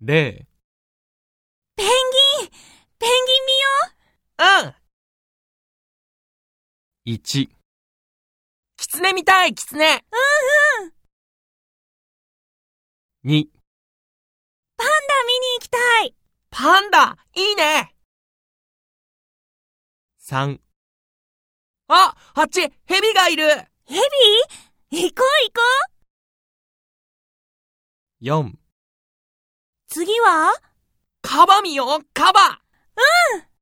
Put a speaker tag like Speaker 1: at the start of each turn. Speaker 1: 例、
Speaker 2: ペンギンペンギン見よう
Speaker 3: うん
Speaker 1: 1、
Speaker 3: キツネ見たいキツネ
Speaker 1: 2、
Speaker 2: パンダ見に行きたい
Speaker 3: パンダいいね
Speaker 1: 3、
Speaker 3: ああっちヘビがいる
Speaker 2: ヘビ行こう行こう
Speaker 1: 4
Speaker 2: 次は
Speaker 3: カバ見ようカバ
Speaker 2: うん